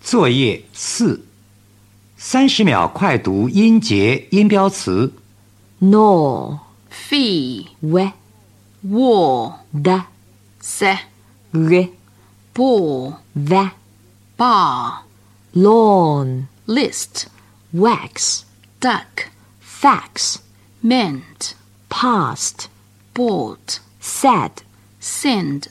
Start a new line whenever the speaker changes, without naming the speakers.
作业四，三十秒快读音节、音标词。
nor,
fee,
we,
war,
the,
se,
re,
ball,
the,
bar,
lawn,
list,
wax,
duck,
fax,
meant,
past,
bought,
said,
send,